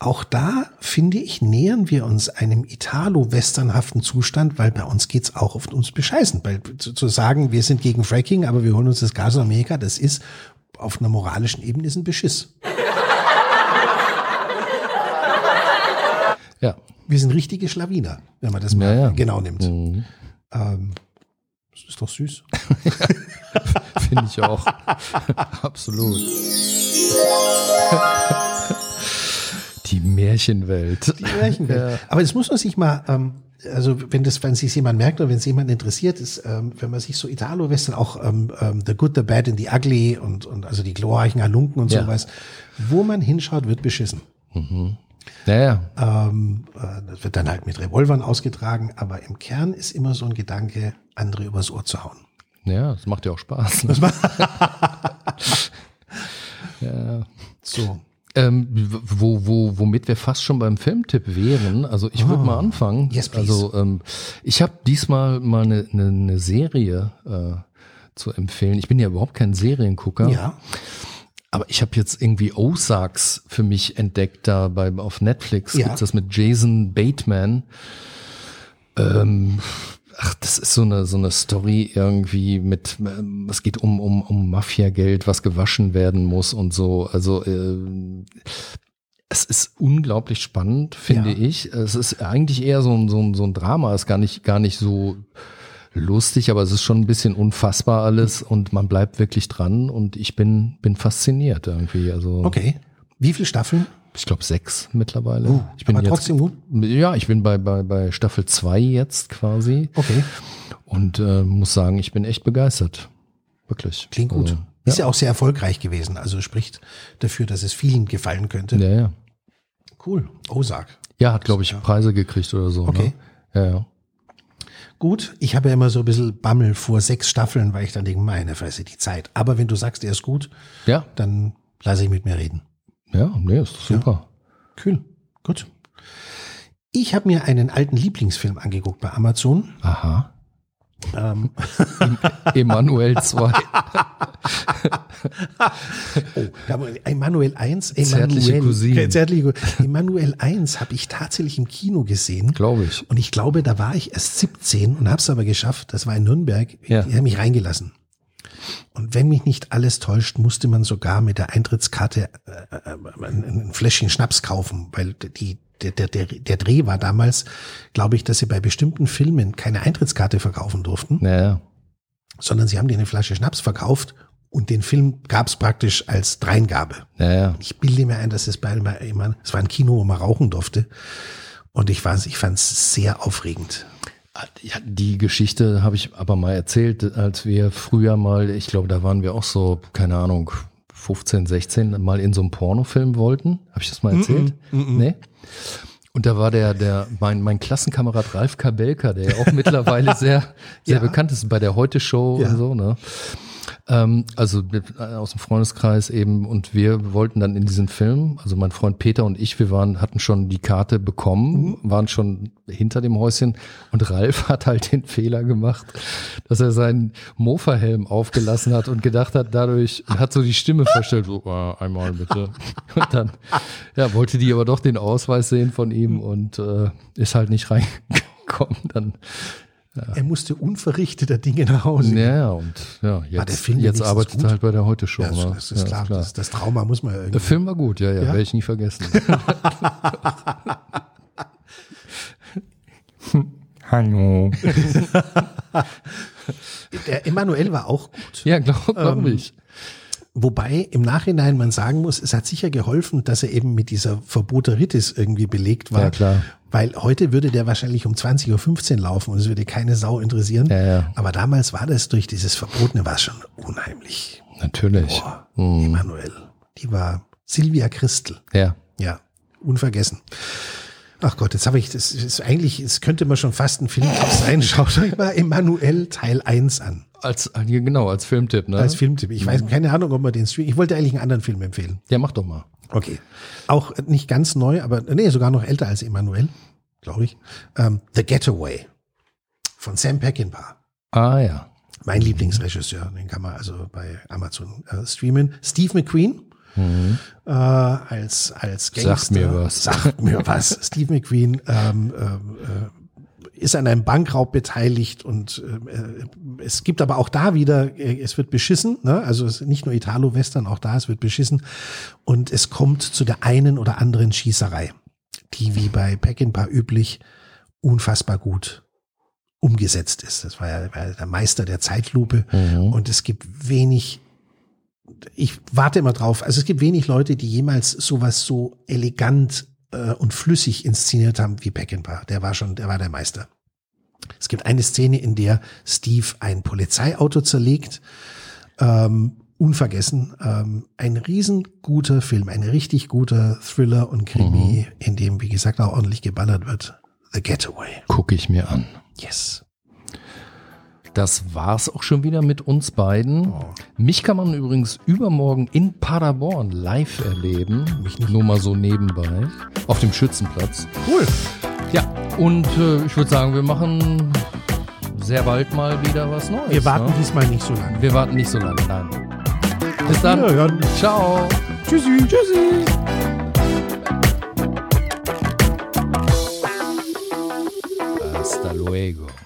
Speaker 2: auch da, finde ich, nähern wir uns einem italo-westernhaften Zustand, weil bei uns geht's auch oft ums Bescheißen. Weil zu, zu sagen, wir sind gegen Fracking, aber wir holen uns das Gas aus Amerika, das ist auf einer moralischen Ebene ist ein Beschiss.
Speaker 1: Ja.
Speaker 2: Wir sind richtige Schlawiner, wenn man das mal
Speaker 1: Ja, Mhm. ja.
Speaker 2: genau nimmt. Ähm, das ist doch süß.
Speaker 1: Finde ich auch. Absolut. Die Märchenwelt.
Speaker 2: Die Märchenwelt. Aber das muss man sich mal, ähm, also wenn das, wenn sich jemand merkt oder wenn es jemand interessiert ist, ähm, wenn man sich so Italo-Western auch ähm, ähm, The Good, the Bad and the Ugly und, und also die glorreichen Halunken und
Speaker 1: Ja.
Speaker 2: sowas, wo man hinschaut, wird beschissen.
Speaker 1: Naja,
Speaker 2: Ähm, äh, das wird dann halt mit Revolvern ausgetragen, aber im Kern ist immer so ein Gedanke, andere übers Ohr zu hauen.
Speaker 1: ja, das macht ja auch Spaß. Ne? ja.
Speaker 2: So.
Speaker 1: Ähm, w- wo, wo, womit wir fast schon beim Filmtipp wären. Also ich würde mal anfangen.
Speaker 2: Ah. Yes, please.
Speaker 1: also ähm, ich habe diesmal mal eine eine- eine Serie äh, zu empfehlen. Ich bin ja überhaupt kein Seriengucker.
Speaker 2: Ja.
Speaker 1: Aber ich habe jetzt irgendwie Ozarks für mich entdeckt, da bei, auf Netflix
Speaker 2: Ja.
Speaker 1: gibt's das mit Jason Bateman. Ähm, ach, das ist so eine, so eine Story irgendwie mit, ähm, es geht um, um, um Mafiageld, was gewaschen werden muss und so. Also ähm, es ist unglaublich spannend, finde
Speaker 2: Ja.
Speaker 1: ich. Es ist eigentlich eher so ein, so ein, so ein Drama, ist gar nicht, gar nicht so lustig, aber es ist schon ein bisschen unfassbar alles und man bleibt wirklich dran und ich bin, bin fasziniert irgendwie. Also
Speaker 2: Okay. Wie viele Staffeln?
Speaker 1: ich glaube sechs mittlerweile. Uh, ich bin
Speaker 2: Uh, aber
Speaker 1: jetzt,
Speaker 2: trotzdem gut.
Speaker 1: ja, ich bin bei, bei, bei Staffel zwei jetzt quasi
Speaker 2: Okay.
Speaker 1: und äh, muss sagen, ich bin echt begeistert. Wirklich.
Speaker 2: Klingt gut.
Speaker 1: Also,
Speaker 2: Äh, Ist ja auch sehr erfolgreich gewesen. Also spricht dafür, dass es vielen gefallen könnte.
Speaker 1: Also, ja, ja.
Speaker 2: Cool. Oh, Ozark.
Speaker 1: Ja, hat, glaube ich, Preise gekriegt oder so.
Speaker 2: Okay.
Speaker 1: Ne? Ja, ja.
Speaker 2: Gut, ich habe ja immer so ein bisschen Bammel vor sechs Staffeln, weil ich dann denke, meine Fresse, die Zeit. Aber wenn du sagst, er ist gut,
Speaker 1: Ja,
Speaker 2: dann lasse ich mit mir reden.
Speaker 1: ja, nee, ist super.
Speaker 2: Cool. Gut. Ich habe mir einen alten Lieblingsfilm angeguckt bei Amazon.
Speaker 1: Aha.
Speaker 2: Ähm,
Speaker 1: Emanuel 2.
Speaker 2: oh, da haben wir Emanuel 1. Emanuel,
Speaker 1: Zärtliche Cousine.
Speaker 2: Zärtliche Cousine. Emanuel 1 habe ich tatsächlich im Kino gesehen.
Speaker 1: Glaube ich.
Speaker 2: Und ich glaube, da war ich erst 17 und habe es aber geschafft. Das war in Nürnberg.
Speaker 1: Ja.
Speaker 2: Die haben mich reingelassen. Und wenn mich nicht alles täuscht, musste man sogar mit der Eintrittskarte äh, äh, ein, ein Fläschchen Schnaps kaufen, weil die, der, der, der, der Dreh war damals, glaube ich, dass sie bei bestimmten Filmen keine Eintrittskarte verkaufen durften,
Speaker 1: Naja.
Speaker 2: sondern sie haben dir eine Flasche Schnaps verkauft und den Film gab es praktisch als Dreingabe.
Speaker 1: Naja.
Speaker 2: Ich bilde mir ein, dass es bei bei- immer, es war ein Kino, wo man rauchen durfte. Und ich, war's- ich fand es sehr aufregend.
Speaker 1: Ja, die Geschichte habe ich aber mal erzählt, als wir früher mal, ich glaube, da waren wir auch so, keine Ahnung, 15, 16, mal in so einem Pornofilm wollten. Habe ich das mal erzählt? Nee? Und da war der, der, mein, mein Klassenkamerad Ralf Kabelka, der ja auch mittlerweile sehr, sehr
Speaker 2: Ja.
Speaker 1: bekannt ist bei der Heute-Show
Speaker 2: Ja.
Speaker 1: und so, ne? Ähm, also mit, äh, aus dem Freundeskreis eben und wir wollten dann in diesen Film, also mein Freund Peter und ich, wir waren, hatten schon die Karte bekommen,
Speaker 2: Mhm.
Speaker 1: waren schon hinter dem Häuschen und Ralf hat halt den Fehler gemacht, dass er seinen Mofa-Helm aufgelassen hat und gedacht hat, dadurch hat so die Stimme verstellt, so äh, einmal bitte. Und dann ja, wollte die aber doch den Ausweis sehen von ihm und äh, ist halt nicht reingekommen. Dann
Speaker 2: Er musste unverrichteter Dinge nach Hause.
Speaker 1: ja, ja, und ja,
Speaker 2: War Mhm. Ah, der
Speaker 1: jetzt,
Speaker 2: Film
Speaker 1: jetzt
Speaker 2: wenigstens
Speaker 1: arbeitet
Speaker 2: gut?
Speaker 1: er halt bei der Heute-Show.
Speaker 2: Das,
Speaker 1: ne?
Speaker 2: das ist
Speaker 1: Ja,
Speaker 2: klar. Das, das Trauma muss man ja
Speaker 1: Der
Speaker 2: irgendwie.
Speaker 1: Film war gut, ja, ja,
Speaker 2: Ja?
Speaker 1: werde ich nie vergessen. Hallo.
Speaker 2: Der Emanuel war auch gut.
Speaker 1: Ja, glaube glaub
Speaker 2: Ähm,
Speaker 1: ich.
Speaker 2: Wobei im Nachhinein man sagen muss, es hat sicher geholfen, dass er eben mit dieser Verboteritis irgendwie belegt war.
Speaker 1: Ja, klar.
Speaker 2: Weil heute würde der wahrscheinlich um 20.15 Uhr laufen und es würde keine Sau interessieren.
Speaker 1: Ja, ja.
Speaker 2: Aber damals war das durch dieses Verbotene war schon unheimlich.
Speaker 1: Natürlich.
Speaker 2: Boah,
Speaker 1: Hm.
Speaker 2: Emanuel. Die war Silvia Christel.
Speaker 1: Ja.
Speaker 2: Ja, unvergessen. Ach Gott, jetzt habe ich, das ist eigentlich, es könnte man schon fast ein Filmtipp sein. Schaut euch mal Emanuel Teil 1 an.
Speaker 1: Als, genau, als Filmtipp, ne?
Speaker 2: Als Filmtipp. Ich weiß keine Ahnung, ob man den streamt. Ich wollte eigentlich einen anderen Film empfehlen.
Speaker 1: ja, mach doch mal.
Speaker 2: Okay. Auch nicht ganz neu, aber nee, sogar noch älter als Emanuel, glaube ich. Ähm, The Getaway von Sam Peckinpah.
Speaker 1: Ah, ja.
Speaker 2: Mein Lieblingsregisseur, den kann man also bei Amazon äh, streamen. Steve McQueen äh, als, als Gangster.
Speaker 1: Mhm. mir was.
Speaker 2: Sagt mir was. Steve McQueen ähm, ähm, äh, ist an einem Bankraub beteiligt und ähm, äh, es gibt aber auch da wieder, äh, es wird beschissen, ne? also es, nicht nur Italo-Western, auch da, es wird beschissen und es kommt zu der einen oder anderen Schießerei, die wie bei Peckinpah üblich unfassbar gut umgesetzt ist. Das war ja, war ja der Meister der Zeitlupe und es gibt wenig ich warte immer drauf. Also es gibt wenig Leute, die jemals sowas so elegant äh, und flüssig inszeniert haben wie Peckinpah. Der war schon, der war der Meister. Es gibt eine Szene, in der Steve ein Polizeiauto zerlegt. Ähm, unvergessen. Ähm, ein riesenguter Film, ein richtig guter Thriller und Krimi, in dem, wie gesagt, auch ordentlich geballert wird. The Getaway.
Speaker 1: Gucke ich mir an.
Speaker 2: Yes.
Speaker 1: Das war's auch schon wieder mit uns beiden.
Speaker 2: Oh.
Speaker 1: Mich kann man übrigens übermorgen in Paderborn live erleben. Mich nur mal so nebenbei. Auf dem Schützenplatz.
Speaker 2: Cool.
Speaker 1: Ja, und äh, ich würde sagen, wir machen sehr bald mal wieder was Neues.
Speaker 2: Wir warten
Speaker 1: Ne?
Speaker 2: diesmal nicht so lange.
Speaker 1: Wir warten nicht so lange. Nein. Bis dann.
Speaker 2: Wiederhören.
Speaker 1: Ciao.
Speaker 2: Tschüssi. Tschüssi.
Speaker 1: Hasta luego.